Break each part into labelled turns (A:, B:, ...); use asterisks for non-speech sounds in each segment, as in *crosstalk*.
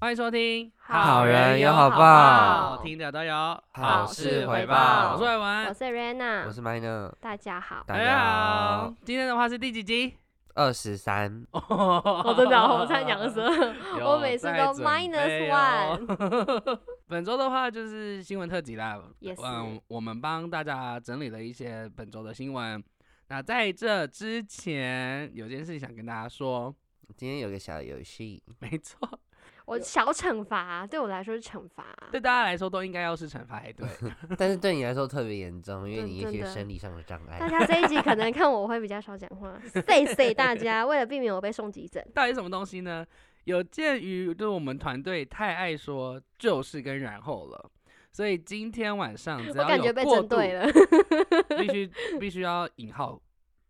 A: 欢迎收听《
B: 好人有好
A: 好
B: 报
A: 听者都有
B: 好
C: 事回报
A: 我是伟
B: 我
A: 文，哎
B: 是 Rena，
C: 我是 Minor，
B: 大家好。
C: 大家好，，
A: 今天的话是第几集？
C: 二十三，
B: 哦
A: 我
B: 我真的，我差点讲十二，
A: 哦 *laughs* 有
B: 我每次
A: 在
B: 都
A: 准备
B: minus
A: 哦
B: one。
A: *laughs* 本周的话就是新闻特辑啦，
B: 也是
A: 嗯，我们帮大家整理了一些本周的新闻。那在这之前，有件事情想跟大家说，
B: *laughs*
C: 今天有个小游戏，
A: 没错，
B: 我小惩罚对我来说是惩罚。
A: 对大家来说都应该要是惩罚才对。
C: 但是对你来说特别严重，因为
B: 真
C: 你一
B: 真
C: 些
B: 的
C: 生理上的障
B: 大
C: 碍。
B: 家这一集可能看我会比较少讲话，谢谢大家。为了避免我被送急诊，
A: 到底什么东西呢？有鉴于就是我们团队太爱说就是跟然后了，所以今天晚上只
B: 我
A: 要
B: 感觉
A: 有
B: 被
A: 过
B: 针
A: 度，
B: 对了。
A: 必须必须要引号，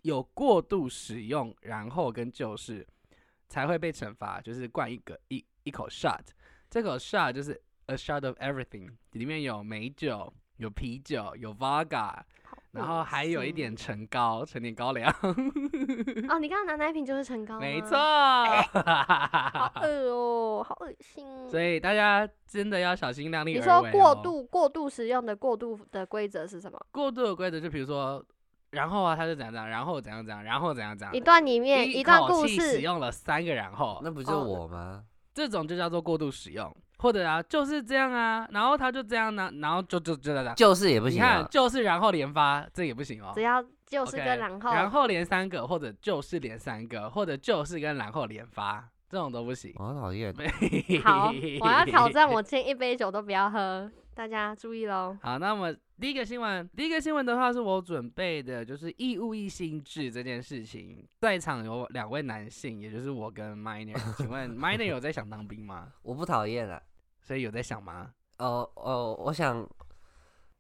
A: 有过度使用然后跟就是才会被惩罚，就是灌一个一一口 shot，这口 shot 就是 a shot of everything，里面有美酒、有啤酒、有 vodka，然后还有一点
B: 嗯
A: 陈高、陈年高粱，
B: 哦，你刚刚拿奶瓶就是成功，
A: *laughs* 没错。
B: 好恶哦，好恶心。
A: 所以大家真的要小心量力
B: 你
A: 而
B: 说
A: 为
B: 过
A: 哦
B: 度过度使用的过度的规则是什么？
A: 过度的规则，就比如说，然后啊，他就怎样怎样，然后怎样怎样，然后怎样怎样
B: 一，段里面一段
A: 口
B: 故
A: 气使
B: 事，
A: 用了三个然后，
C: 那不就
B: 哦
C: 我吗？
A: 这种就叫做过度使用，或者啊就是这样啊，然后他就这样呢、然后就就就这样，
C: 就是也不
A: 你
C: 行
A: 看
C: 啊，
A: 就是然后连发这也不行哦
B: 只。要就是跟
A: OK，
B: 然后
A: 然后连三个，或者就是连三个，或者就是跟然后连发，这种都不行。
C: 我好讨厌。
B: 好，我要挑战，我今天一杯酒都不要喝，大家注意喽。
A: 好，那么第一个新闻，第一个新闻的话是我准备的，就是义务役性质这件事情。在场有两位男性，也就是我跟 Minor，请问 Minor 有在想当兵吗？
C: 我不讨厌啊。
A: 所以有在想吗？
C: 哦哦，我想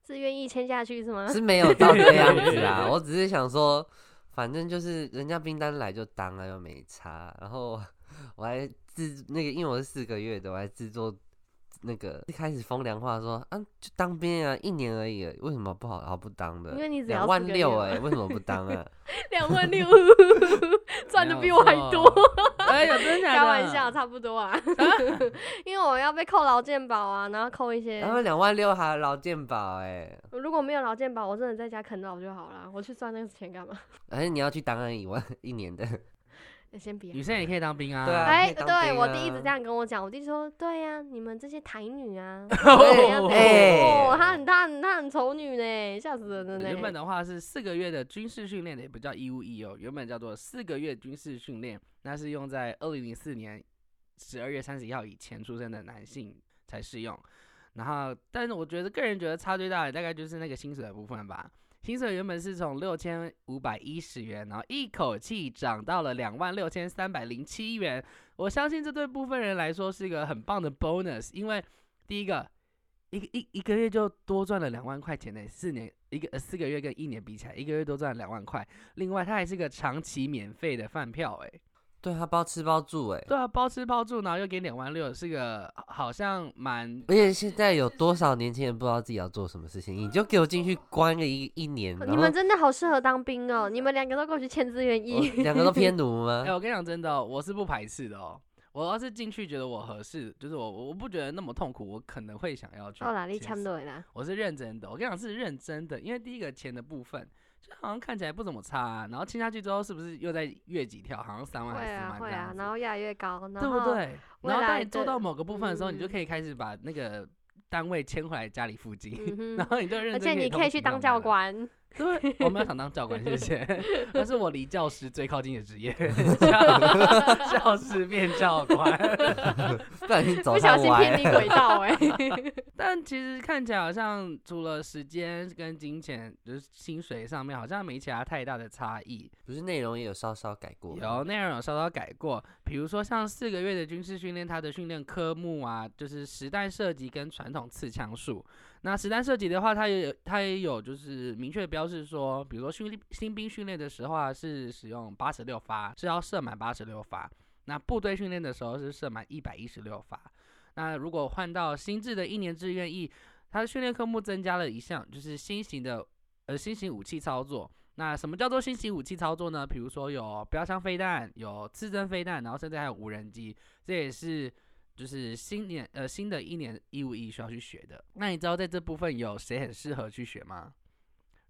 B: 自愿意签下去是 *laughs* 吗？
C: 是没有到这样子
B: *laughs*
C: 啊，我只是想说，反正就是人家兵单来就当了，又没差。然后我还制那个，因为我是四个月的，我还制作那个一开始风凉话说啊，就当兵啊，一年而已，为什么不好好不当的？
B: 因为你只要
C: 两万
B: 四个月
C: 六
B: 嘛
C: 哎、为什么不
B: *laughs*
C: 当啊？
B: 两万
A: *laughs*
B: 六，赚的
A: 没
B: 比
A: 有
B: 我还多。 *laughs*
A: 错。哎呦，真的假的
B: 开玩笑，，差不多啊， *laughs* 因为我要被扣劳健保啊，然后扣一些
C: 然。后两万六还有劳健保哎、
B: 如果没有劳健保，我真的在家啃老就好了，我去赚那个钱干嘛？ *laughs*
C: 而且你要去当然一万一年的， *laughs*
B: 你先别
A: 女。生也可以当兵啊。
C: 对啊
B: 哎，
C: 可以当
B: 对
C: 兵
B: 我弟一直
C: 啊
B: 这样跟我讲，我弟说，对呀、你们这些台
A: *laughs*
B: 女啊，
C: 对
B: 怎样怎
C: 哎
B: 样哦，她很大，她很丑女呢，吓死人了呢。
A: 原本的话是四个月的军事训练的，也不叫义务役哦，原本叫做四个月军事训练，那是用在二零零四年十二月三十一号以前出生的男性才适用。然后，但是我觉得个人觉得差最大的大概就是那个薪水的部分吧。薪水原本是从六千五百一十元，然后一口气涨到了两万六千三百零七元。我相信这对部分人来说是一个很棒的 bonus，因为 *laughs* 第一个一个一一个月就多赚了两万块钱呢，四年一个、呃、四个月跟一年比起来，一个月多赚两万块。另外，它还是个长期免费的饭票，哎，
C: 对他包吃包住哎、
A: 对啊，包吃包住，然后又给两万六，是个好像蛮
C: 而且现在有多少年轻人不知道自己要做什么事情，你就给我进去关个一一年，然
B: 哦你
C: 后
B: 们真的好适合当兵哦！你们两个都给我去签志愿
C: 我
A: 哦
B: *laughs* 役，
C: 哦两个都偏奴
B: 呃
A: 哎、
B: *laughs*
C: 吗？
A: 我跟你讲真的哦、我是不排斥的哦。我要是进去觉得我合适，就是我我不觉得那么痛苦，我可能会想要去。
B: 哦啦，你
A: 其
B: 签
A: 实
B: 不对啦。
A: 我是认真的，我跟你讲是认真的，因为第一个钱的部分，就好像看起来不怎么差、啊，然后签下去之后是不是又在越级跳，好像三
B: 会
A: 万还是四
B: 啊
A: 万
B: 会
A: 这
B: 啊
A: 样，子
B: 然后越来越高，然后
A: 对不？对？
B: 未
A: 然后当
B: 来
A: 你做
B: 的
A: 到某个部分的时候，你就
B: 嗯
A: 可以开始把那个单位迁回来家里附近，*laughs*
B: 嗯
A: 然
B: 哼，
A: 后你就认
B: 而
A: 真
B: 且你可以
A: 通
B: 去
A: 勤
B: 当
A: 上
B: 教
A: 班了。 *laughs*
B: 官，
A: 对，我没有想当教官，谢谢。那是我离教师最靠近的职业，
B: *laughs*
A: 教教师变教官。 *laughs*
C: 不小心走
B: 不小
C: 上
B: 心偏
C: 歪
B: 离
C: 了。
B: 轨道哎。
A: 但其实看起来好像除了时间跟金钱，就是薪水上面好像没其他太大的差异。
C: *laughs* 不是内容也有稍稍改过，
A: 有内容有稍稍改过，比如说像四个月的军事训练，它的训练科目啊，就是实弹射击跟传统刺枪术。那实弹射击的话，它也有它也有就是明确标示说，比如说训练新兵训练的时候啊，是使用八十六发，是要射满八十六发。那部队训练的时候是射满一百一十六发。那如果换到新制的一年志愿役，它的训练科目增加了一项，就是新型的呃新型武器操作。那什么叫做新型武器操作呢？比如说有标枪飞弹、有刺针飞弹，然后甚至还有无人机，这也是就是新年呃新的一年义务役需要去学的。那你知道在这部分有谁很适合去学吗？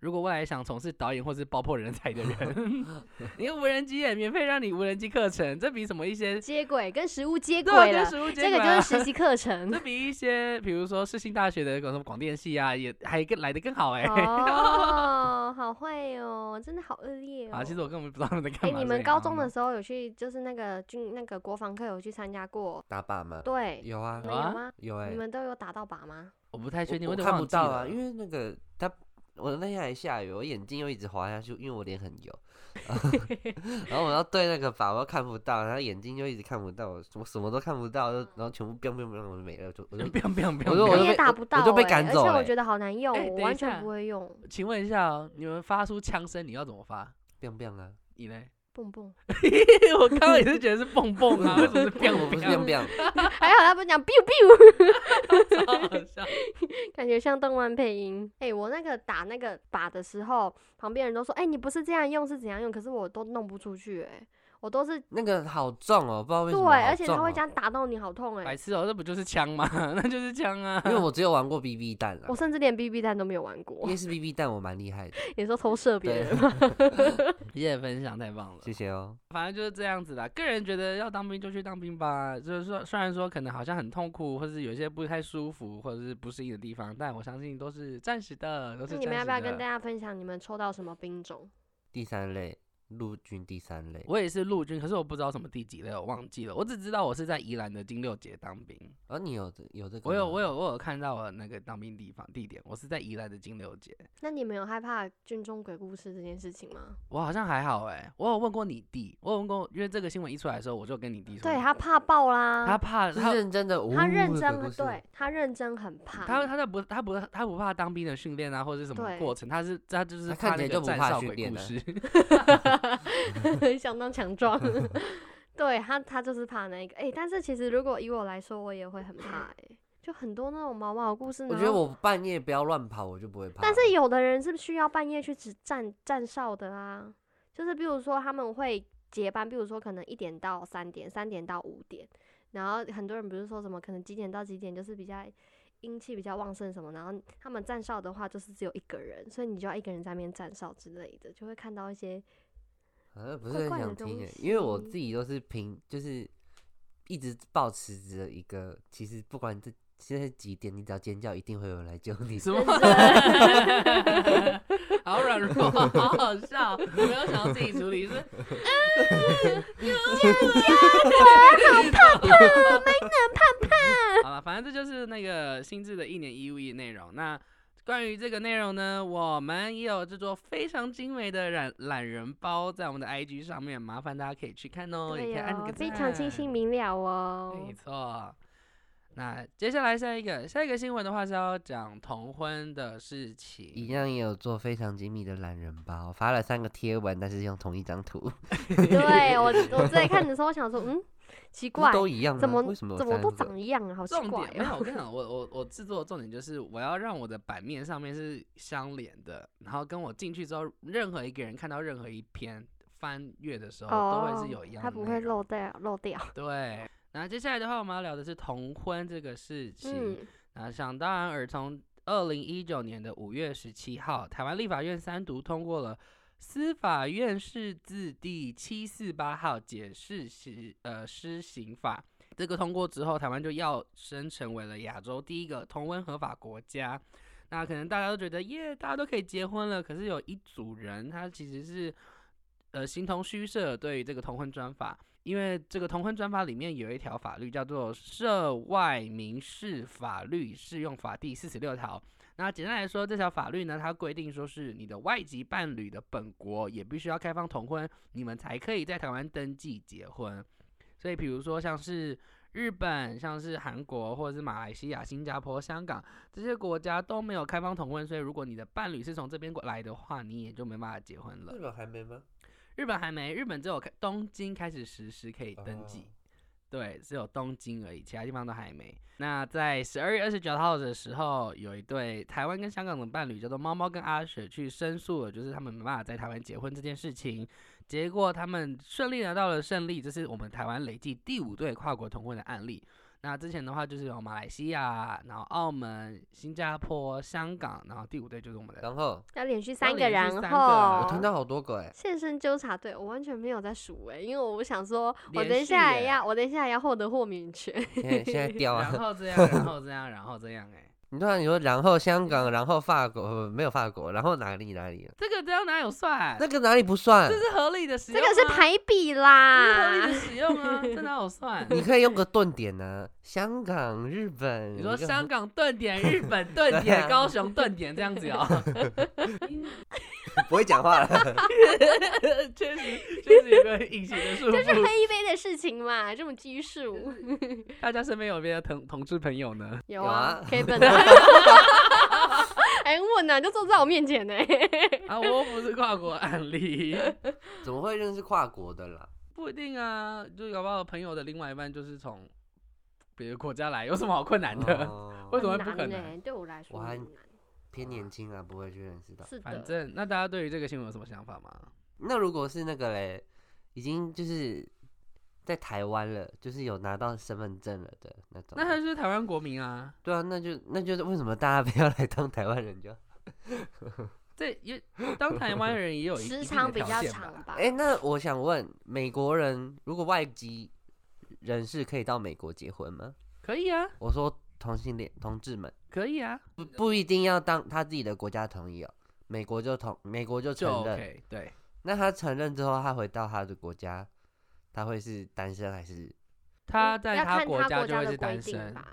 A: 如果未来想从事导演或是爆破人才的人，
B: *laughs*
A: 你无人机也免费让你无人机课程，这比什么一些
B: 接轨跟实物接轨
A: 对啊跟
B: 了，
A: 实物接
B: 这个
A: 轨
B: 就是
A: 啊
B: 实习课
A: 这 *laughs*
B: 程。
A: 比一些比如说世新大学的什么广电系啊，也还更来的更好哎、
B: 哦，好坏哦，真的好恶劣哦
A: 啊，。其实我根本不知道他们在
B: 哎、
A: 干嘛。
B: 你
A: 所
B: 们
A: 以
B: 高
A: 好
B: 中
A: 啊那
B: 的时候有去，就是那个军那个国防课有去参加过？
C: 打靶吗？
B: 对，
C: 有啊
B: 你
A: 有
B: 们有
A: 啊
B: 吗？
C: 有哎、
B: 你们都有打到靶吗？
A: 我不太确定，有
C: 我我
A: 点
C: 看
A: 忘
C: 不
A: 记
C: 到
A: 了
C: 啊，因为那个他我那天还下雨，我眼睛又一直滑下去，因为我脸很
B: *laughs*
C: 油，然后我要对那个靶，我又看不到，然后眼睛就一直看不到，我什么什么都看不到，
B: 嗯
C: 就然后全部变变变我就没了，就我就
A: *laughs* 不用不用不
C: 我就
A: 用。
B: 我
C: 我就
B: 也
C: 被
B: 打
C: 我
B: 不
C: 我
B: 到、欸，
C: 就被赶走
B: 而且
C: 了
B: 我
C: 欸
B: 觉得好难用，
A: 哎
B: 我
A: 等一
B: 完
A: 下
B: 全不会用。
A: 请问一下哦，你们发出枪声，你要怎么发？
C: 变变啊，
A: 你嘞？
B: 蹦 *laughs* 蹦，
A: *laughs* 我刚刚也是觉得是蹦蹦 *laughs* 啊，为什么是变
C: *laughs* 我不是变变，
B: 还哎好他不讲 biu biu，
A: 好笑。
B: *laughs* 感觉像动漫配音。哎、我那个打那个靶的时候，旁边人都说：“哎、你不是这样用，是怎样用？”可是我都弄不出去、哎，我都是
C: 那个好重哦，不知道为
B: 对，
C: 什么好
B: 而且他
C: 重
B: 会
C: 哦
B: 这样打到你，好痛
A: *laughs*
B: 哎、
A: 白痴哦，这不就是枪吗？ *laughs* 那就是枪啊。
C: 因为我只有玩过 BB 弹啊
B: 我，甚至连 BB 弹都没有玩过
C: 夜，视 BB 弹我蛮厉害的，
B: 你说偷射别
C: 对
B: 人吗？
A: 谢谢分享，太棒了。
C: 谢谢哦。
A: 反正就是这样子啦。个人觉得要当兵就去当兵吧，就是说虽然说可能好像很痛苦，或是有一些不太舒服，或者是不适应的地方，但我相信都是暂时的，
B: *laughs*
A: 都是暂时的。
B: 那你们要不要跟大
C: 啊
B: 家分享你们抽到什么兵种？
C: 第三类陆军第三类，
A: 我也是陆军，可是我不知道什么第几类，我忘记了。我只知道我是在宜兰的金六节当兵，
C: 而、哦你有这有这个
A: 我
C: 吗？
A: 有我有我有看到我那个当兵地方地点，我是在宜兰的金六节。
B: 那你们有害怕军中鬼故事这件事情吗？
A: 我好像还好哎、我有问过你弟，我有问过，因为这个新闻一出来的时候，我就跟你弟说，
B: 对他怕爆啦，
A: 他怕
C: 是
A: 他
C: 认真的，
B: 他
C: 呜
B: 认
C: 的
B: 真
C: 鬼故
B: 很，
C: 事
B: 对他认真很怕。
A: 他他不他不他不怕当兵的训练啊，或者是什么
B: 对
A: 过程，他是他就是
C: 他看
A: 怕那
C: 起
A: 个
C: 来就不
A: 战
C: 怕
A: 少
C: 训
A: 鬼
C: 练
A: 故
C: 啊
A: 事。
B: *laughs* 相当强壮。对他，他就是怕那个。哎、但是其实如果以我来说，我也会很怕、哎，就很多那种毛毛的故事。
C: 我
B: 然
C: 觉得
B: 后，
C: 我半夜不要乱跑，我就不会
B: 嗯
C: 怕。
B: 但是有的人是需要半夜去值站站哨的啊，就是比如说他们会结班，比如说可能一点到三点，三点到五点，然后很多人不是说什么可能几点到几点就是比较。阴气比较旺盛什么，然后他们站哨的话就是只有一个人，所以你就要一个人在那边站哨之类的，就会看到一些
C: 啊，不是
B: 怪
C: 很
B: 怪的
C: 想
B: 东
C: 听耶，因为我
B: 西
C: 自己都是平，就是一直抱持着一个，其实不管这现在几点，你只要尖叫，一定会有人来救你。
A: 什么？ *laughs* 好软弱，好好笑，没有想到自己处理是。好了，反正这就是那个新制的一年一物一内容。那关于这个内容呢，我们也有制作非常精美的懒懒人包，在我们的 IG 上面，麻烦大家可以去看哦，也可
B: 对
A: 以按个
B: 哦，
A: 赞
B: 非常清晰明了哦 *laughs*
A: 没。错。那接下来下一个下一个新闻的话是要讲同婚的事
C: 一
A: 情，
C: 样也有做非常精密的懒人包，发了三个贴文，但是用同一张图，
B: 对我，我在看的时候，我想说，嗯，奇
C: 不是
B: 怪，
C: *laughs* 都一样吗？
B: 怎么
C: 为什么有
B: 怎么
C: 三
B: 都
C: 个
B: 长一样啊，好奇
A: 重
B: 怪
A: 点没有，
B: 哦。
A: 我跟你讲，我我我制作的重点就是我要让我的版面上面是相连的，然后跟我进去之后，任何一个人看到任何一篇翻阅的时候，都会是有一样的
B: 哦它
A: 内容，
B: 不会漏掉漏掉。
A: 对。那接下来的话，我们要聊的是同婚这个事情。
B: 嗯，
A: 那想当然而从二零一九年的五月十七号，台湾立法院三读通过了司法院释字第七四八号解释实呃施行法。这个通过之后，台湾就要升成为了亚洲第一个同婚合法国家。那可能大家都觉得耶，大家都可以结婚了，可是有一组人他其实是呃形同虚设，对于这个同婚专法，因为这个同婚专法里面有一条法律叫做《涉外民事法律适用法》第四十六条。那简单来说，这条法律呢，它规定说是你的外籍伴侣的本国也必须要开放同婚，你们才可以在台湾登记结婚。所以，比如说像是日本、像是韩国或者是马来西亚、新加坡、香港这些国家都没有开放同婚，所以如果你的伴侣是从这边过来的话，你也就没办法结婚了
C: 日。本还没吗？
A: 日本还没，日本只有开东京开始实施可以登记，对，只有东京而已，其他地方都还没。那在十二月二十九号的时候，有一对台湾跟香港的伴侣叫做猫猫跟阿雪去申诉了，就是他们没办法在台湾结婚这件事情。结果他们顺利拿到了胜利，这是我们台湾累计第五对跨国同婚的案例。那之前的话就是有马来西亚，然后澳门、新加坡、香港，然后第五队就是我们的。
C: 然后
B: 要连续
A: 要
B: 三个，
A: 连续
B: 然
A: 三个
B: 后
C: 我听到好多个哎、
B: 现身纠察队，我完全没有在数哎、因为我想说，我
A: 连
B: 等
A: 续
B: 一下也
A: 耶
B: 要，我等一下也要获得豁免权。
C: 现在现在掉
A: 然
C: 啊！
A: 后这样，然后这样，然后这样、哎，
C: 你突然你说，然后香港，然后法国，呃没有法国，然后哪里哪里？
A: 这个这样哪有算？
C: 那个哪里不算
A: 哎这？是合理的使
B: 这
A: 用、
B: 个
A: 啊，
B: 是排
A: 这
B: 比
A: 是合
B: 啦
A: 理的，使用啊，这哪有算？
C: 你可以用个顿点呢、香港、日
A: *laughs*
C: 本。
A: 你说
C: 一个
A: 香港顿点、日本顿
C: 对啊
A: 点、高雄顿点这样子哦，
C: 不会讲话了， *laughs*
A: 确实确实有个隐形的束
B: 就是
A: 缚。
B: 黑杯的事情嘛，这么拘
A: *laughs*
B: 束。
A: 大家身边有没有同同志朋友呢？
B: 有
C: 有
B: 啊
C: 啊
B: k e v i n
C: *laughs*
B: 哎，问呐、就坐在我面前呢、欸
A: 啊，我又不是跨国案例， *laughs*
C: 怎么会认识跨国的啦？
A: 不一定啊，就搞不好朋友的另外一半就是从别的国家来，有什么好困难的？
C: 哦
A: 为什么会不
B: 很
A: 可
B: 难呢、
A: 能
B: 对我来说
C: 我还
B: 很难。
C: 偏年轻啊，不会去认识到。
B: 是
A: 反
B: 的，
A: 正那大家对于这个新闻有什么想法吗？
C: 那如果是那个嘞，已经就是在台湾了，就是有拿到身份证了的那种。
A: 那他就是台湾国民啊，
C: 对啊，那就那就是为什么大家不要来当台湾人就？
A: 这也当台湾人也有一
B: 时
A: 一定的
B: 长比
A: 条
B: 较
A: 件
B: 长
A: 吧
B: 吧
C: 哎、？那我想问，美国人如果外籍人士可以到美国结婚吗？
A: 可以啊，
C: 我说同性恋同志们
A: 可以啊，
C: 不不一定要当他自己的国家同意哦，美国就同美国就
A: 就
C: 承认。
A: OK，对，
B: 嗯
C: 那他承认之后，他回到他的国家，他会是单身还是？
A: 他在
B: 要看
A: 国
B: 他
A: 家就会
B: 的
A: 是
B: 规
A: 单
B: 定
A: 身，
B: 吧。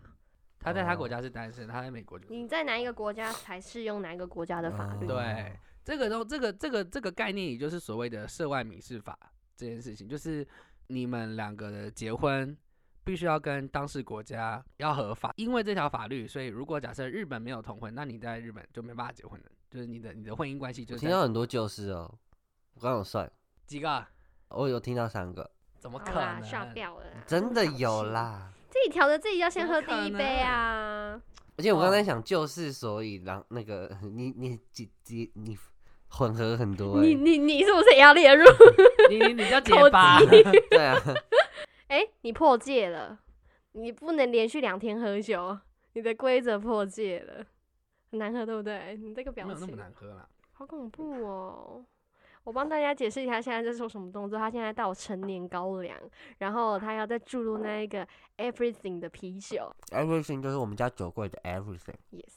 A: 他在
C: 哦
A: 他国家是单身，他在美国就是
B: 你在哪一个国家才适用哪一个国家的法律？
C: 哦
A: 对，这个东这个这个这个概念，也就是所谓的涉外民事法这件事情，就是你们两个的结婚必须要跟当事国家要合法，因为这条法律，所以如果假设日本没有同婚，那你在日本就没办法结婚了，就是你的你的婚姻关系就
C: 我
A: 是
C: 听到很多旧事哦，我刚有算，
A: 几个，啊
C: 我有听到三个，
A: 怎么
B: 好
A: 可
B: 啦，
A: 能？
B: 下掉了啦，
C: 真的
B: 小
C: 有
B: 心。
C: 啦。
B: 自己调的自己要先
A: 怎
B: 喝
A: 么
B: 第
A: 可
B: 一杯
A: 能
B: 啊！
C: 而且我刚才
A: 哦
C: 想就是所以，然后那个你你几几你混合很多、
B: 你
C: 欸，
B: 你你是不是也要列入？
A: 你 *laughs* 你你叫结
B: 口
A: 巴， *laughs*
C: 对啊，
B: 哎、你破戒了，你不能连续两天喝酒，你的规则破戒了，很难喝，对不对？你这个
A: 没
B: 表
A: 有那么
B: 情
A: 难喝啦。
B: 好恐怖哦！我帮大家解释一下现在在做什么动作。他现在到成年高粱，然后他要再注入那一个 everything 的啤酒。
C: Everything 就是我们家酒柜的 everything。
B: Yes，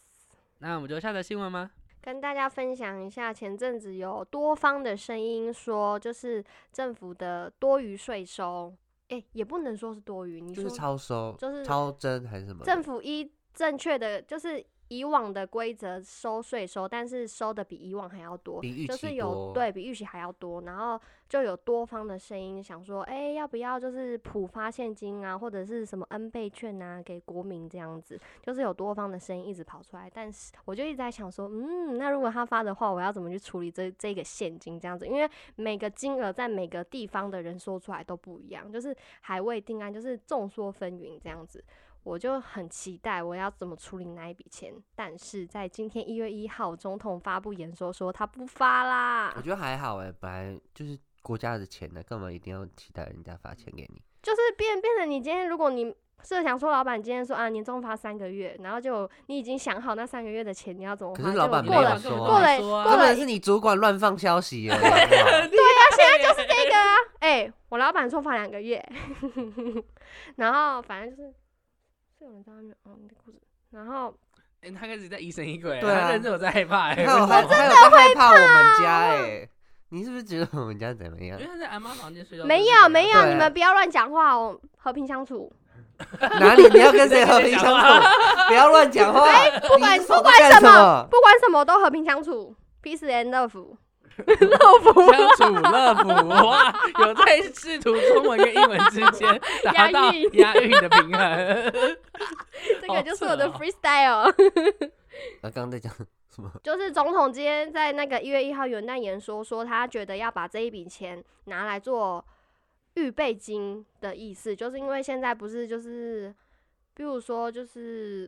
A: 那我们就下则新闻吗？
B: 跟大家分享一下，前阵子有多方的声音说，就是政府的多余税收，哎、也不能说是多余，你
C: 就
B: 说
C: 是超收，
B: 就是
C: 超征还是什么的？
B: 政府依正确的，就是以往的规则收税收，但是收的比以往还要多，
C: 比预
B: 就是
C: 期
B: 有
C: 多
B: 对比预期还要多。然后就有多方的声音想说，哎、要不要就是普发现金啊，或者是什么 N 倍券啊，给国民这样子，就是有多方的声音一直跑出来。但是我就一直在想说，嗯，那如果他发的话，我要怎么去处理这这个现金这样子？因为每个金额在每个地方的人说出来都不一样，就是还未定案，就是众说纷纭这样子。我就很期待我要怎么处理那一笔钱，但是在今天一月一号，总统发布演说说他不发啦
C: 我，觉得还好哎、本来就是国家的钱呢，干嘛一定要期待人家发钱给你？
B: 就是变变成你今天，如果你设想说老板今天说啊年终发三个月，然后就你已经想好那三个月的钱你要怎么
C: 可
B: 花，
C: 是
B: 结
C: 老
B: 果
C: 板
B: 过
C: 没有
B: 了
C: 说啊
B: 过了过
C: 根
B: 了
C: 本
B: 一
C: 是你主管乱放
B: *laughs*
C: 消息而已好不好
B: 这
C: *laughs*
B: 个啊，哎、我老板说放两个月，然后反正就是是有人在外面哦你的裤子，然后
A: 哎、他开始在疑神疑鬼，
C: 对啊
A: 他认真有在害怕、
C: 还
A: 欸，
C: 有
A: 为
C: 还
A: 什么
C: 有在害怕我们家
B: 啊
C: 哎、你是不是觉得我们家怎么样
A: *laughs* 因为？他在阿妈房间睡觉，
B: 没有没有，
C: 对
B: 你们不要乱讲话哦，和平相处。
C: 哪里你要跟谁和平相处？不要乱讲话！不
B: 管哎
C: 不
B: 不管
C: 什
B: 什 *laughs*
C: 啊
B: 么，，不管什么都和平相处，peace and
A: 相
B: love。
A: 处乐福哇，有在试图中文跟英文之间达到
B: 押韵
A: 押韵的平
B: *laughs*
A: 衡。
B: 这个哦就是我的
A: 好扯
B: freestyle。
C: 我刚刚在讲什么？
B: 就是总统今天在那个一月一号元旦演说说，他觉得要把这一笔钱拿来做预备金的意思，就是因为现在不是就是，比如说就是。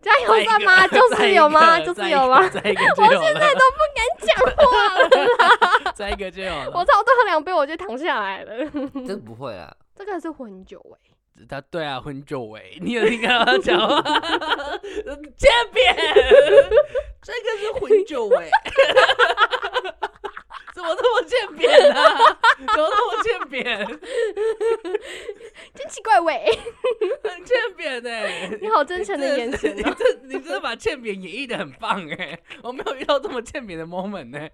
B: 这样有算吗？就是有吗？就是有吗？ *laughs*
A: 再一个就有了，
B: 讲话了，
A: 再一个就有
B: 我
A: 了。
B: 差不多喝两杯我就躺下来了。 *laughs*
C: 真不会啊！
B: 这个是混酒哎、
A: 子。他对啊，很久违。你有听到他讲话？ *laughs* 这边，这个是很久违。 *laughs* 怎么这么欠扁啊？怎么这么欠扁？
B: 真奇怪喂，
A: 很欠扁哎、
B: 你好真诚的眼神
A: 你
B: 哦。
A: 这你真的把欠扁演绎的很棒哎、我没有遇到这么欠扁的 moment 呢、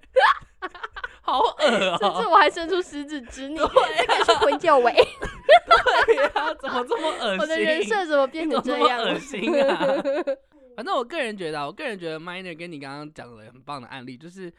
A: *laughs* 好恶
B: 甚至
A: 哦、
B: 我还伸出食指
A: *laughs*
B: 指你，
A: 啊
B: 这个是婚酒尾。
A: 对呀、怎么这么恶心？
B: 我的人设怎么变成
A: 怎
B: 这
A: 么
B: 样？
A: 恶心啊！ *laughs* 反正我个人觉得啊，我个人觉得 Miner 跟你刚刚讲的很棒的案例，就是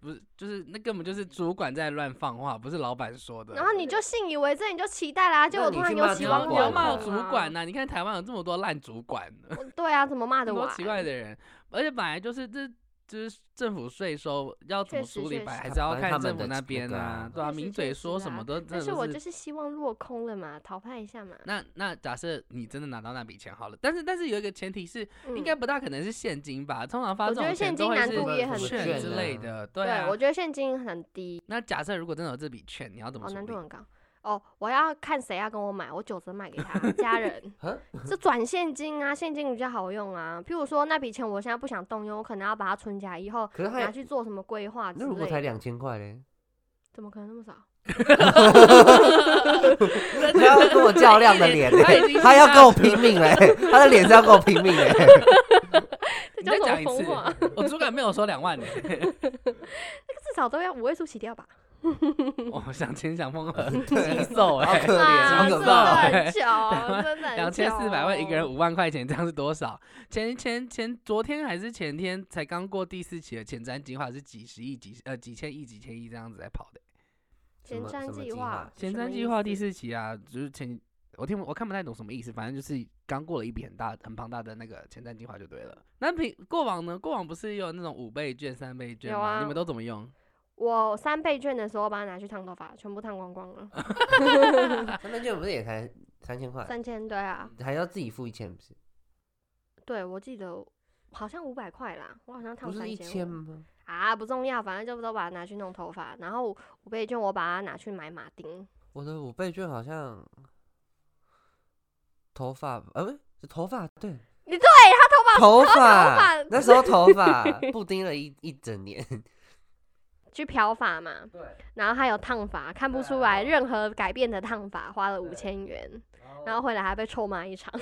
A: 不是就是那根本就是主管在乱放话，不是老板说的。
B: 然后你就信以为真，你就期待啦，结果
C: 你
B: 突然
C: 去
B: 有
C: 骂
A: 你
B: 期
C: 主
A: 要
B: 望
A: 你
B: 落
A: 要
C: 管
B: 空
A: 骂
B: 啊
A: 主管呐、你看台湾有这么多烂主管，
B: 我对啊，怎么骂
A: 很
B: 的
A: 多
B: 我？
A: 奇怪的人，而且本来就是这。就是政府税收要怎么
B: 确实
A: 处理，
B: 确
A: 本来还
C: 实
A: 是要
C: 反正
A: 看
C: 他们
A: 政府
C: 的
A: 那
C: 那
A: 边
C: 个
A: 啊
C: 啊，
A: 对啊，
B: 确实
A: 名
B: 确
A: 嘴
B: 实
A: 说什
B: 啦
A: 么都真
B: 但
A: 的
B: 是
A: 都
B: 我
A: 是
B: 就是希望落空了嘛，淘汰一下嘛。
A: 那那假设你真的拿到那笔钱好了，但是但是有一个前提是，
B: 嗯
A: 应该不大可能是现金吧？通常发
B: 我
A: 这
B: 觉
A: 种
B: 得
A: 钱
B: 现
A: 都
B: 金
A: 会
B: 难
A: 是
B: 度也很
A: 券
C: 低
A: 之
C: 啊
A: 类的，对
B: 对
A: 啊。
B: 我觉得现金很低，
A: 那假设如果真的有这笔券，你要怎么
B: 哦，
A: 处
B: 难
A: 理
B: 度？很 *laughs* 高。哦，我要看谁要跟我买，我九折卖给
A: *laughs*
B: 他家人
C: 啊，
B: 这转现金啊，现金比较好用啊。譬如说那笔钱我现在不想动用，我可能要把它存起来，以后
C: 可是
B: 拿
C: 他
B: 去做什么规划之
C: 那如果
B: 类
C: 才
B: 的。
C: 两千块嘞，
B: 怎么可能那么少？
C: *laughs* 他要跟我较量的脸
A: 他已经
C: 嘞，他要跟我拼命嘞，他的欸脸是要跟我拼命嘞。 *laughs*
B: 这
A: 你再
B: 叫什
A: 讲
B: 么
A: 一
B: 疯话？
A: 次，我主管没有说两万呢，
B: 至少都要五位数起掉吧？
A: 我想钱想疯
B: *laughs*
A: 了，禽兽哎，
C: 可怜
B: 啊，
A: 真
B: 真
A: 的
B: 的
A: 哎 *laughs*
B: 很久，真的
A: 两千四百万一个人五万块钱，这样是多少？前前前昨天还是前天才刚过第四期的前瞻计划，是几十亿、几呃几千亿、几千亿这样子在跑的。
C: 什
B: 前
C: 么
B: 瞻
C: 什么
B: 计
C: 计
B: 划
C: 划，
A: 前
B: 什么
A: 瞻
B: 意
A: 计划第
B: 思
A: 四期啊，就是前我听不我看不太懂什么意思，反正就是刚过了一笔很大很庞大的那个前瞻计划就对了。那平过往呢？过往不是有那种五倍券、三倍券
B: 有
A: 吗？
B: 啊
A: 你们都怎么用？
B: 我三倍券的时候，把它拿去烫头发，全部烫光光
A: 啊
B: 了，
C: 三倍券不是也才三千块，
B: 三千对啊，
C: 还要自己付一千，不是？
B: 对我记得好像五百块啦，我好像烫
C: 不是
B: 三
C: 一千吗？
B: 啊，不重要，反正就都把它拿去弄头发，然后五倍券我把它拿去买马丁，
C: 我的五倍券好像头发，呃，不是是头发，对，
B: 你对他
C: 头
B: 发
C: 发，那时候头发布丁了一一整年，
B: 去漂发嘛，
C: 对，
B: 然后还有烫发，看不
C: 对啊
B: 出来任何改变的烫发，花了五千元，然后回来还被臭骂一场。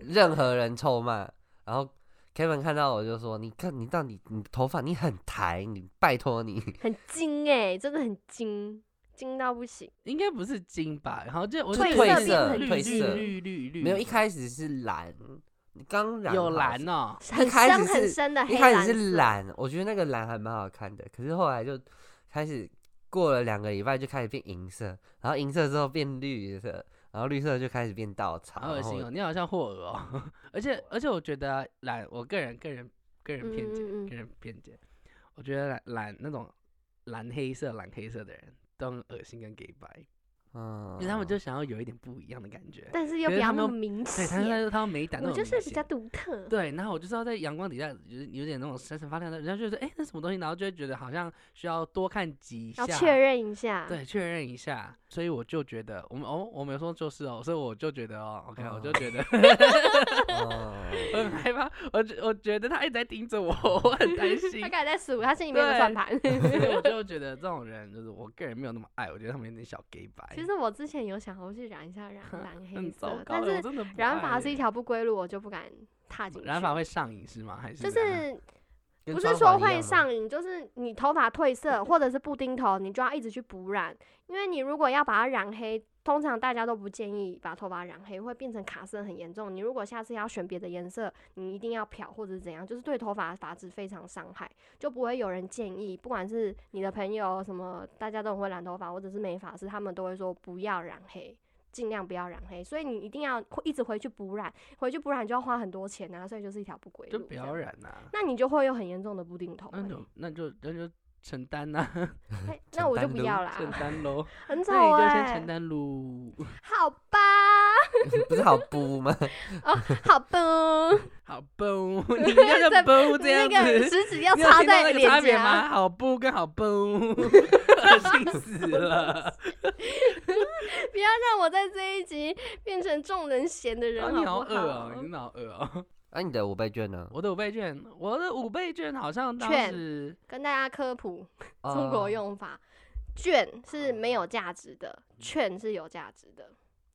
C: 任何人臭骂，然后 Kevin 看到我就说：“你看，你到底你头发你很抬，你拜托你。
B: 很精哎、真的很精，精到不行。
A: 应该不是金吧？然后就我是
B: 褪
A: 绿
B: 色变得很
A: 绿
C: 褪
A: 绿
C: 色
A: 绿绿”绿，
C: 没有，一开始是蓝，你刚染
A: 嗯有
C: 好
A: 蓝
C: 像
A: 哦，
B: 很
C: 一开
B: 深
C: 始
B: 很
C: 是
B: 深的黑
C: 一开
B: 蓝
C: 始是
B: 色，
C: 蓝，我觉得那个蓝还蛮好看的，可是后来就开始过了两个礼拜就开始变银色，然后银色之后变绿色，然后绿色就开始变稻草，
A: 好恶
C: 然后
A: 心哦！你好像霍尔哦，而且而且我觉得啊蓝，我个人个人个人偏见，
B: 嗯嗯嗯
A: 个人偏见，我觉得蓝蓝那种蓝黑色蓝黑色的人都很恶心跟 gay 白。
C: 嗯
A: 因哦为他们就想要有一点不一样的感觉。
B: 但是又
A: 可
B: 不
A: 是
B: 要
A: 他
B: 那么
A: 们
B: 明
A: 对，他
B: 显。
A: 们他们每一档都
B: 我
A: 很
B: 就是
A: 明
B: 比较
A: 显
B: 独特，
A: 对，然后我就是要在阳光底下，就是有点那种闪闪发亮的，人家就说哎、那什么东西，然后就会觉得好像需要多看几下
B: 要，确认一下。
A: 对，确认一下。所以我就觉得，我们哦，我没有说就是哦，所以我就觉得哦，OK，、我就
C: 哦
A: 觉得
C: 哦
A: *laughs* 我很害怕，我觉我觉得他一直在盯着我，我很
B: *laughs*
A: 担心
B: 他。刚才在数他心里面的
A: 对
B: 算盘。
A: 所以我就觉得这种人，就是我个人没有那么爱，我觉得他们有点小 gay 白，
B: *laughs* 其实我之前有想过去染一下染蓝黑
A: 很糟
B: 色，
A: 糕
B: 但
A: 的。我
B: 是
A: 真的不
B: 染
A: 爱
B: 发是
A: 耶
B: 一条不归路，我就不敢踏进去。
A: 染发会上瘾是吗？还是
B: 就
A: 怎样
B: 是
C: 跟
B: 不
C: 妆
B: 是
C: 法
B: 说
C: 一样
B: 会
C: 吗
B: 上瘾，就是你头发褪色或者是布丁头，你就要一直去补染，因为你如果要把它染黑，通常大家都不建议把头发染黑，会变成卡色很严重。你如果下次要选别的颜色，你一定要漂或者是怎样，就是对头发发质非常伤害，就不会有人建议，不管是你的朋友什么，大家都很会染头发，或者是美发师，他们都会说不要染黑。尽量不要染黑，所以你一定要会一直回去补染，回去补染就要花很多钱啊，所以就是一条不归
A: 就
B: 路。
A: 不
B: 这样
A: 要染呐、
B: 那你就会有很严重的布丁头、
A: 那
B: 欸
A: 就那就那就承担
B: *laughs*
A: 呐、 *laughs*
B: 哎那我就不要啦，
A: 承担喽。
B: 很丑
A: 那你就先
B: 哎、
A: 承
B: *laughs*
A: 担喽。
B: 好吧，哦
C: 不是好布吗？
A: *laughs*
B: 好吧，
A: 好
B: *laughs*
A: 崩，你一定要像崩这
B: 那
A: 样
B: 个
A: 子。
B: 食指要
A: 你有
B: 插
A: 听到
B: 在
A: 那个差
B: 脸
A: 别 *laughs*
B: 颊， *laughs*
A: 吗？好不跟好崩，恶心死了。
B: 不要让我在这一集变成众人嫌 *laughs* 的人
A: 啊，
B: 好
A: 你
B: 不
A: 好
B: 好？
A: 恶哦、你真的好恶哦、 *laughs*
C: 啊，你的五倍券呢？
A: 我的五倍券，我的五倍券好像当
B: 券
A: 时
B: 跟大家科普中
C: 哦
B: 国用法，券
A: 哦
B: 是没有价值的，券是有价值的。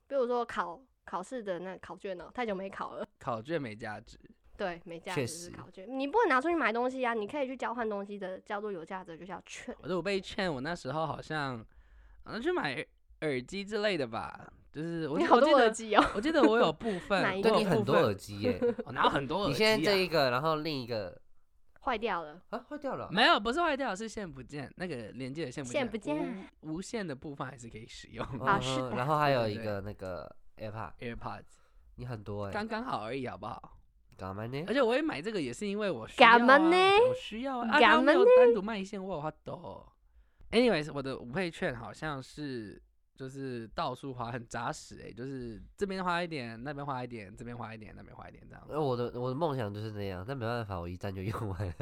B: 比如说考考试的那考卷哦、太久没考了，
A: 考卷没价值，
B: 对，没价
C: 确
B: 值是
C: 实
B: 考卷，你不能拿出去买东西啊，你可以去交换东西的，叫做有价值，就叫券。
A: 我的五倍券，我那时候好像好像去买耳机之类的吧，就是我
B: 你
A: 记
B: 好
A: 我
B: 多
A: 记
B: 耳
A: 得
B: 机哦、
A: 我记得我有部分，
B: *laughs* 哪一
A: 我
C: 对
A: 有
C: 你很
A: 部
C: 多
A: 分
C: 耳机
A: *laughs*
C: 耶，
A: 我哪有很多耳
C: 你
A: 机、啊？
C: 现在这一个，然后另一个
B: 坏掉了，
C: 啊坏掉了，
A: 没有，不是坏掉，是线不见，那个连接的线不
B: 线不见
A: 无无线的部分还是可以使用。
B: 啊是
C: 嗯
B: 的
C: 然后还有
A: 对
C: 一
A: 对
C: 个那个 AirPod，
A: *laughs* AirPods
C: 你很多哎，
A: 刚刚好而已，好不好？
C: 干嘛呢
A: 而？且我也买这个也是因为我需要、啊，
B: 干嘛呢
A: 我需要啊，啊
B: 干
A: 它没
B: 嘛
A: 有单独卖线，我有话抖。Anyways，我的五倍券好像是就是到处花，很扎实哎、就是这边花一点，那边花一点，这边花一点，那边花一点这样。
C: 呃我的我的梦想就是那样，但没办法，我一站就用完了。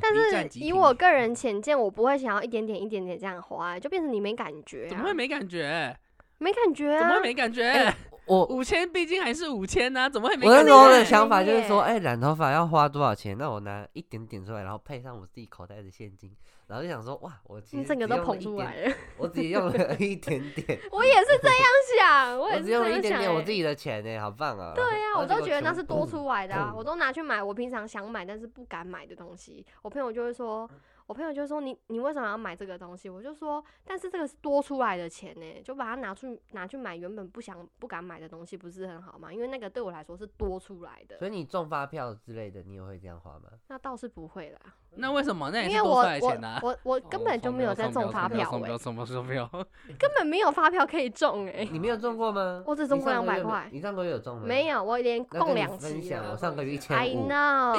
B: 但
A: 一战
B: 是
A: 即
B: 以
A: 平
B: 我个人浅见，我不会想要一点点一点点这样花、欸就变成你没感觉、啊，
A: 怎么会没感觉？欸
B: 没感觉啊？
A: 怎么会没感觉？
C: 哎
A: 欸
C: 我
A: 五千毕竟还是五千呐，怎么会没
C: 我那
A: 感
C: 时
A: 觉？欸
C: 候
B: 觉
C: 的想法就是说，
B: 耶
C: 哎、染头发要花多少钱？那我拿一点点出来，然后配上我自己口袋的现金，然后就想说，哇，我其
B: 你
C: 实
B: 嗯整个
C: 只
B: 都
C: 用
B: 捧
C: 了一
B: 出
C: 点
B: 来，了， *laughs*
C: 我只用了一点点，
B: 我也是这样 *laughs* 想，我
C: 我
B: 也是
C: 只
B: 这
C: 用
B: 样想、
C: 了一点点我自
B: 欸
C: 己的钱呢、好棒啊！
B: 对呀、
C: 呀、
B: 我都觉得那是多
C: 出。
B: 出来的、啊，
C: 嗯
B: 我都拿去买我平常想买但是不敢买的东西。我朋友就会说，我朋友就会说你你为什么要买这个东西？我就说，但是这个是多出来的钱呢、就把它拿去拿去买原本不想不敢买的东西，不是很好吗？因为那个对我来说是多出来的，
C: 所以你中发票之类的，你也会这样花吗？
B: 那倒是不会啦，
A: 那为什么？那也
B: 因
A: 是
B: 为
A: 多
B: 我
A: 出来的钱啊呐
B: 我。
A: *laughs*
B: 我我根本就没有在中发票
A: 哦送
B: 哎、
A: 票送票送票
B: *laughs*
A: 送票，
B: 根本没有发票可以中哎、
A: 嗯
C: 你没有中过吗？
B: 我只中过
C: 你上个
B: 200
C: 月没
B: 块
C: 你上个月有中吗？
B: 没
C: 有。
B: 有，我连
C: 那
B: 共
C: 跟你
B: 两
C: 分
B: 期
C: 享，我
B: 了
C: 上个月一千
B: I
C: 五，
B: know，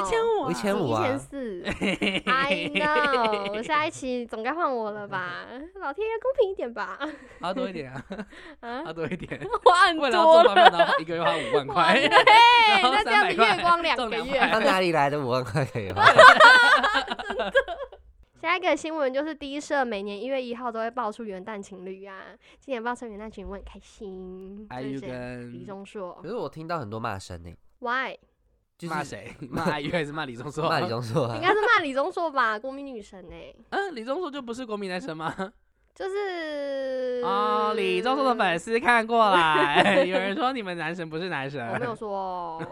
A: *laughs* 一千五啊，
C: 一千五
B: 一
C: 啊
B: 千！四
A: *laughs*
B: ，I know，下一期总该换我了吧？老天要公平一点吧？
A: 花多一点啊，
B: 啊，
A: 花多一点。
B: 花
A: *laughs*
B: 很
A: 为了要中
B: 多
A: 发票，然
B: 了，
A: 后一个月花五
B: *laughs*
A: 万
B: 哇
A: 块，
B: 嘿，
A: 然后
B: 那这样子
A: 300块
B: 月光两
A: 中
B: 个
A: 两
B: 月
A: 百。
C: 他哪里来的五万块啊可以花？
B: 下一个新闻就是第一社每年一月一号都会爆出元旦情侣啊，今年爆出元旦情侣，我很开心。
A: 阿
B: 就
A: 玉
B: 是谁李
A: 跟 *laughs*
B: 钟硕
C: 可是我听到很多骂声呢，
B: ，Why？
C: 就是
A: 骂谁？骂阿玉还是骂李 *laughs* 钟硕？
C: 骂李。钟硕啊
B: 应。该是骂李钟硕吧，国民女神哎、
A: 嗯，李钟硕就不是国民男神吗？
B: 就是
A: 哦，李钟硕的粉丝看过来，
B: *laughs*
A: 有人说你们男神不是男神。
B: 我没
A: *laughs*
B: 有说哦，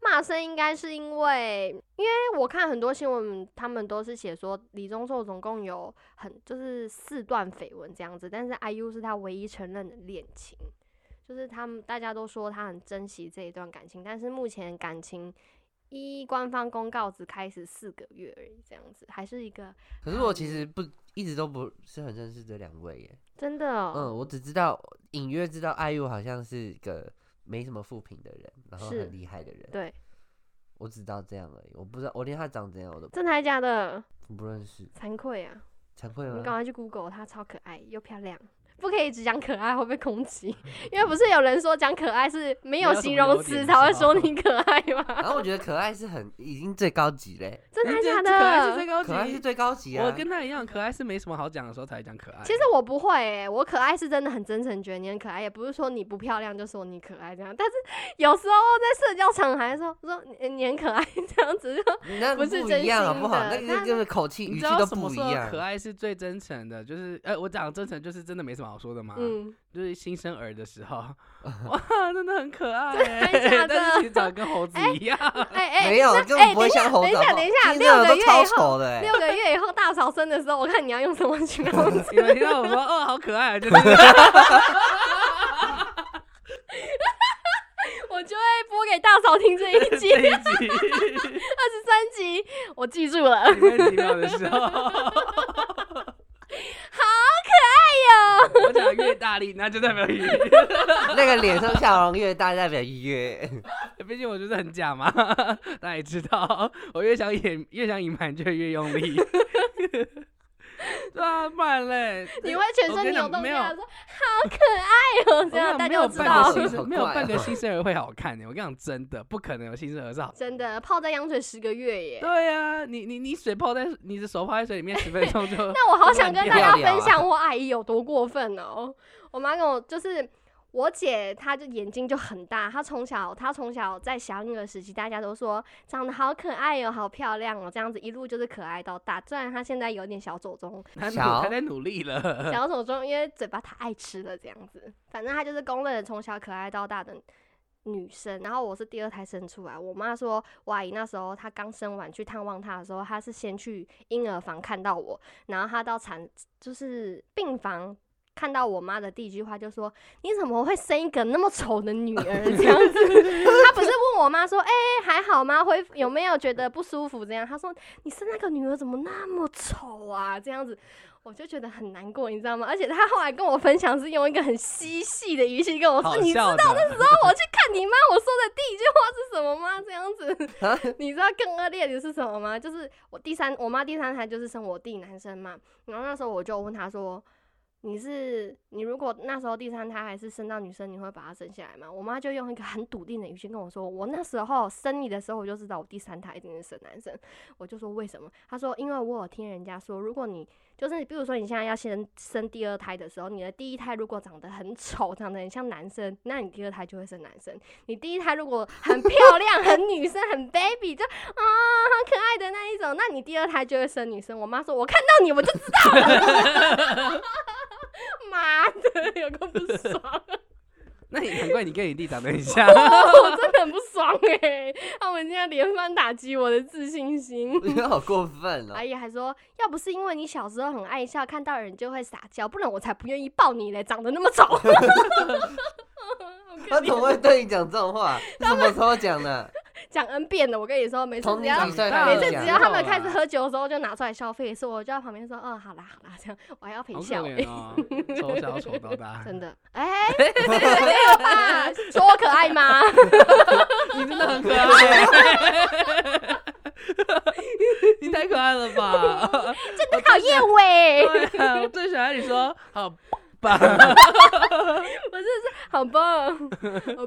B: 骂声应该是因为，因为我看很多新闻，他们都是写说李钟硕总共有很就是四段绯闻这样子，但是 IU 是他唯一承认的恋情，就是他们大家都说他很珍惜这一段感情，但是目前感情依官方公告只开始四个月而已，这样子还是一个
C: 可是我其实不一直都不是很认识这两位耶。
B: 真的哦、
C: 嗯，我只知道隐约知道艾优好像是个没什么负评的人，然后
B: 是
C: 很厉害的人。
B: 对，
C: 我只知道这样而已，我不知道我连他长怎样我都
B: 真的还假的？
C: 不认识，
B: 惭愧啊。
C: 惭愧
B: 你
C: 吗
B: 赶？快去 Google，她超可爱又漂亮。不可以只讲可爱会被攻击， *laughs* 因为不是有人说讲可爱是没有形容词才会说你可爱吗？
C: 然后我觉得可爱是很已经最高级嘞，
B: 真的还假
A: 可爱是最
B: 的？
A: 高级
C: 可爱是最高级啊！
A: 我跟他一样，可爱是没什么好讲的时候才讲可爱。
B: 其实我不会、欸，我可爱是真的很真诚，觉得你很可爱，也不是说你不漂亮就说你可爱这样。但是有时候在社交场合说说你你很可爱这样子，就
C: 你那
B: 不是
C: 不
B: 真
C: 一样好
B: 心
C: 不好？
B: 的
C: 那
B: 他
C: 个就是口气
A: 你知
C: 语气
A: 道
C: 都
A: 什么
C: 不一
A: 时候
C: 样
A: 可。爱是最真诚的？就是，呃，我讲真诚就是真的没什么好说的嘛。
B: 嗯，
A: 就是新生儿的时
C: *laughs*
A: 候，哇，真的很可爱
B: 的假
A: 欸，
B: 的
A: *laughs* 但是其实长得跟猴子一样。
B: 哎、哎、
C: 没有，
B: 那
C: 根
B: 哎
C: 本不会像猴子。
B: 等一下，
C: 好不
B: 等一
C: 好
B: 下，
C: 新
B: 六
C: 生儿
B: 个
C: 都
B: 月
C: 超
B: 以后，
C: 丑的哎
B: 六。个月以后大嫂生的时候，我看你要用什么形容
A: *laughs*
B: 词？
A: 你们听到我说，哦，好可爱啊，就是
B: 我就会播给大嫂听这一
A: 这。
B: 集
A: 一集
B: 二十三集，我记住
A: *laughs*
B: 了。
A: 零分几秒的时
B: *laughs*
A: 候， *laughs*
B: 哎
A: 我讲越大力，那就代表越，
C: *laughs* 那个脸上笑容越大，代表越。
A: 毕竟我就是很假嘛，大家也知道，我越想演越想隐瞒，就越用力。
B: 呦，
A: *laughs* 对啊，不然嘞，
B: 你会全
A: 我跟
B: 身
A: 你讲
B: 扭动
A: 没
B: 跟
A: 有
B: 他说好可爱哦、这
A: 我
B: 样
A: 跟
B: 大
A: 你
B: 家
A: 讲
B: 就知
A: 没有
B: 道
A: 半个新生，没有半个新生儿
C: 好怪哦
A: 会好看的、我跟你讲，真的不可能有新生儿是好。
B: 真的泡在羊水十个月耶。
A: 对啊，你你你水泡在你的手泡在水里面十分钟就
B: *laughs* 那我好想
A: 乱
B: 跟大
A: 掉
B: 家
C: 掉
B: 分
C: 啊
B: 享我阿姨有多过分哦。我妈跟我就是我姐，她就眼睛就很大，她从小她从小在小女儿时期，大家都说长得好可爱哦，好漂亮哦，这样子一路就是可爱到大。虽然她现在有点小走中，
A: 他努
C: 小
A: 他在努力
B: *laughs*
A: 了。
B: 小手中，因为嘴巴太爱吃了这样子，反正她就是公认的从小可爱到大的女生。然后我是第二胎生出来，我妈说我阿姨那时候她刚生完去探望她的时候，她是先去婴儿房看到我，然后她到产就是病房。看到我妈的第一句话就说：“你怎么会生一个那么丑的女儿？”这样子，她不是问我妈说：“哎、还好吗？恢复有没有觉得不舒服？”这样，她说：“你生那个女儿怎么那么丑啊？”这样子，我就觉得很难过，你知道吗？而且她后来跟我分享是用一个很嬉戏的语气跟我说
A: *laughs* 好：“
B: 你知
A: 笑的，
B: 知道我去看你妈，我说的第一句话是什么吗？这样子，
C: 啊
B: 你知道更恶劣的是什么吗？就是我第三，我妈第三胎就是生我弟男生嘛，然后那时候我就问她说。你是你如果那时候第三胎还是生到女生，你会把她生下来吗？我妈就用一个很笃定的语气跟我说，我那时候生你的时候我就知道我第三胎一定是生男生，我就说为什么？她说因为我有听人家说，如果你就是比如说你现在要先生第二胎的时候，你的第一胎如果长得很丑，长得很像男生，那你第二胎就会生男生；你第一胎如果很漂亮、很女生、很 baby，就啊很可爱的那一种，那你第二胎就会生女生。我妈说，我看到你我就知道了， *laughs* 妈的，有个不爽， *laughs*
A: 那你难怪你跟你弟长得很像。 *laughs*
B: 我真的很不爽哎、他们现在连番打击我的自信心。
C: *laughs* 你好过分哦
B: 阿！姨还说，要不是因为你小时候很爱笑，看到人就会撒娇，不然我才不愿意抱你嘞，长得那么丑。 *laughs* 好
C: 他
B: 可
C: 怎么
B: 怜
C: 会对你讲这种话？什么时候讲的？
B: 讲 N 遍的，我跟你说，每次
C: 从
B: 只
C: 你
B: 要
C: 几岁
A: 大
C: 开
B: 每
A: 了
C: 始
B: 次
A: 讲
B: 只要
C: 讲
A: 到
B: 他们
A: 了
B: 开始喝酒的时候就拿出来消费，是我就在旁边说，嗯，好啦好啦，这样我还要陪
A: 好可
B: 笑、
A: 怜
B: *laughs*
A: 啊哦，从小丑到大，
B: 欸真的，哎、没有吧？ *laughs* 说我可爱
A: *laughs*
B: 吗？
A: *laughs* 你真的
B: *laughs*
A: 很可爱， *laughs* 你太可爱了
B: *laughs*
A: 吧？
B: 真的讨厌欸 *laughs* 喂，
A: *laughs* 对啊，我最喜欢你说好
B: *laughs*
A: 棒。
B: 不是是好棒，好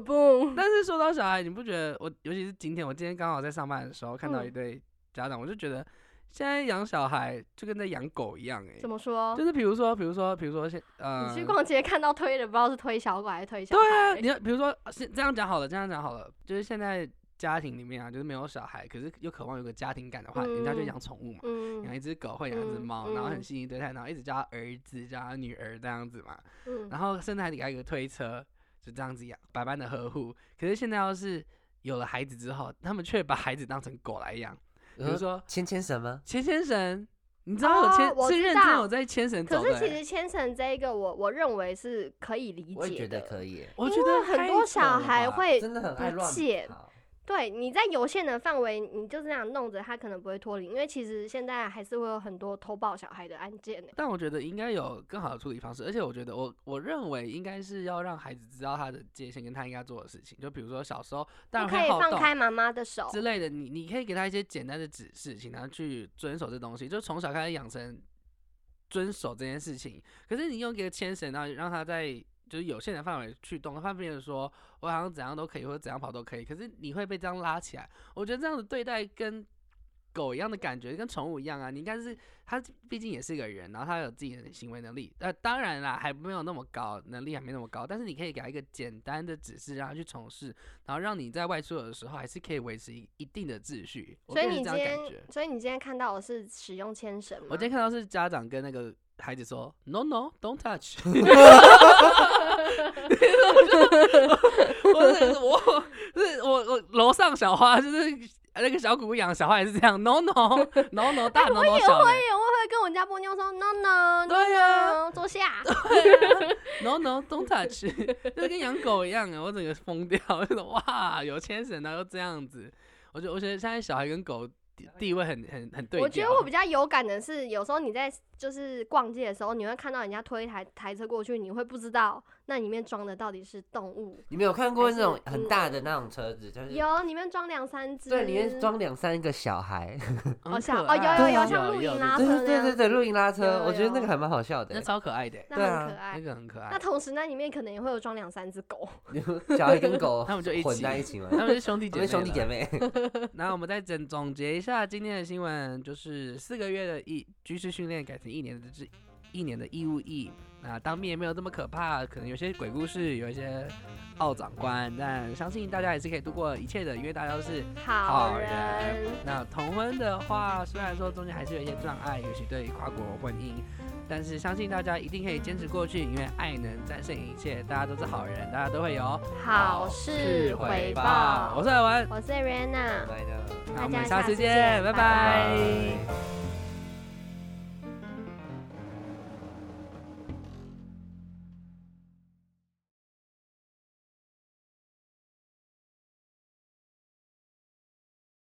A: *laughs*
B: 棒，
A: 但是说到小孩，你不觉得我，尤其是今天，我今天刚好在上班的时候看到一
B: 嗯
A: 对家长，我就觉得现在养小孩就跟在养狗一样、欸，
B: 怎么说？
A: 就是比如说，比如说，比如说现，呃，
B: 你去逛街看到推的，不知道是推小狗还是推小
A: 对
B: 孩。欸
A: 啊，你要比如说现这样讲好了，这样讲好了，就是现在家庭里面啊，就是没有小孩，可是又渴望有个家庭感的话，人家就
B: 嗯
A: 养宠物嘛，养
B: 嗯
A: 一只狗或养一只
B: 嗯
A: 猫，然后很
B: 嗯
A: 细心对待，然后一直叫他儿子、叫他女儿这样子嘛，
B: 嗯，
A: 然后甚至还给他一个推车，就这样子养，百般的呵护。可是现在要是有了孩子之后，他们却把孩子当成狗来养，
B: 呃
A: 比如
C: 嗯
A: 说
C: 牵牵什么？
A: 牵牵绳，你知道有牵、
B: 哦我
A: 是
B: 知
A: 认真
B: 道
A: 有在牵绳
B: 可
A: 走的、
B: 是其
A: 欸，
B: 实牵绳这一个我，我认为是可以理解的，
C: 我也觉得可以耶，
A: 我觉
B: 因为
A: 得
B: 很
A: 太
B: 多
A: 扯
B: 小
A: 了
B: 孩
A: 吧
B: 会
C: 真的很爱
B: 不
C: 乱
B: 见
C: 跑
B: 对你在有限的范围，你就这样弄着，他可能不会脱离，因为其实现在还是会有很多偷抱小孩的案件呢。
A: 但我觉得应该有更好的处理方式，而且我觉得我我认为应该是要让孩子知道他的界限跟他应该做的事情，就比如说小时候当
B: 不
A: 然
B: 可以
A: 好
B: 放
A: 动
B: 开妈妈的手，
A: 之类的，你你可以给他一些简单的指示，请他去遵守这东西，就从小开始养成遵守这件事情。可是你用一个牵绳，然后让他在就是有限的范围去动，他变成说我好像怎样都可以，或者怎样跑都可以。可是你会被这样拉起来，我觉得这样的对待跟狗一样的感觉，跟宠物一样啊。你应该是他毕竟也是个人，然后他有自己的行为能力。呃，当然啦，还没有那么高，能力还没那么高，但是你可以给他一个简单的指示，让他去从事，然后让你在外出的时候还是可以维持一一定的秩序。我
B: 所以
A: 个人
B: 你
A: 这
B: 今
A: 样
B: 天
A: 感觉，。
B: 所以你今天看到我是使用牵绳吗？
A: 我今天看到是家长跟那个孩子说，No No Don't touch。我是我是我我楼上小花就是那个小姑姑养小花也是这样，No No No No 大 No
B: 我
A: No
B: 也
A: 小
B: 会
A: 的
B: 耶，我会跟我家波妞说 no no no
A: 对啊呀
B: no，
A: *laughs*
B: 坐下。
A: ，No No Don't touch，就是跟养狗一样啊，我整个疯掉，我就说哇有牵绳然后这样子，我觉得我觉得现在小孩跟狗地地位很很很对啊
B: 我觉得
A: 调
B: 我比较有感的是，有时候你在就是逛街的时候，你会看到人家推一台台车过去，你会不知道那里面装的到底是动物，
C: 你们有看过那种
B: 还是
C: 很大的那种车子，就是
B: 有里面装两三只，
C: 嗯对，里面装两三个小孩，
B: 哦
A: 很
B: 像
A: 可
B: 哦
A: 爱
B: 有
C: 有有
B: 像露营拉
A: 对
C: 对
B: 车
C: 对对对对，
B: 那样子
C: 露营拉车，
B: 有
C: 我觉得
B: 有
C: 那个还蛮好笑的
A: 那，超可爱的欸，
B: 那
C: 对
B: 很
C: 啊
B: 可爱
A: 那。个很可爱
B: 那。同时，那里面可能也会有装两三只狗，
C: *laughs* 小孩跟狗
A: 他们就一起
C: 混在一起嘛，
A: 他们是兄弟
C: 他
A: 姐妹
C: 们
A: 了，
C: 兄
A: *laughs*
C: 弟姐妹， *laughs*
A: 那我们再整总结一下今天的新闻，就是四个月的一军事训练改成一年的制，一年的义务役。那当兵也没有这么可怕，可能有些鬼故事，有一些奥长官，但相信大家也是可以度过一切的，因为大家都是
B: 好
A: 人
B: 人。
A: 那同婚的话，虽然说中间还是有一些障碍，尤其对跨国婚姻，但是相信大家一定可以坚持过去，因为爱能战胜一切，大家都是好人，大家都会有
B: 好事回报。
A: 我是尔文，
B: 我是 Rena。
C: 拜
A: 那我
B: 大
A: 们
B: 家
A: 下
B: 下
A: 次
B: 次
A: 见，
B: 见
A: 拜
B: 拜
A: 拜。
C: 拜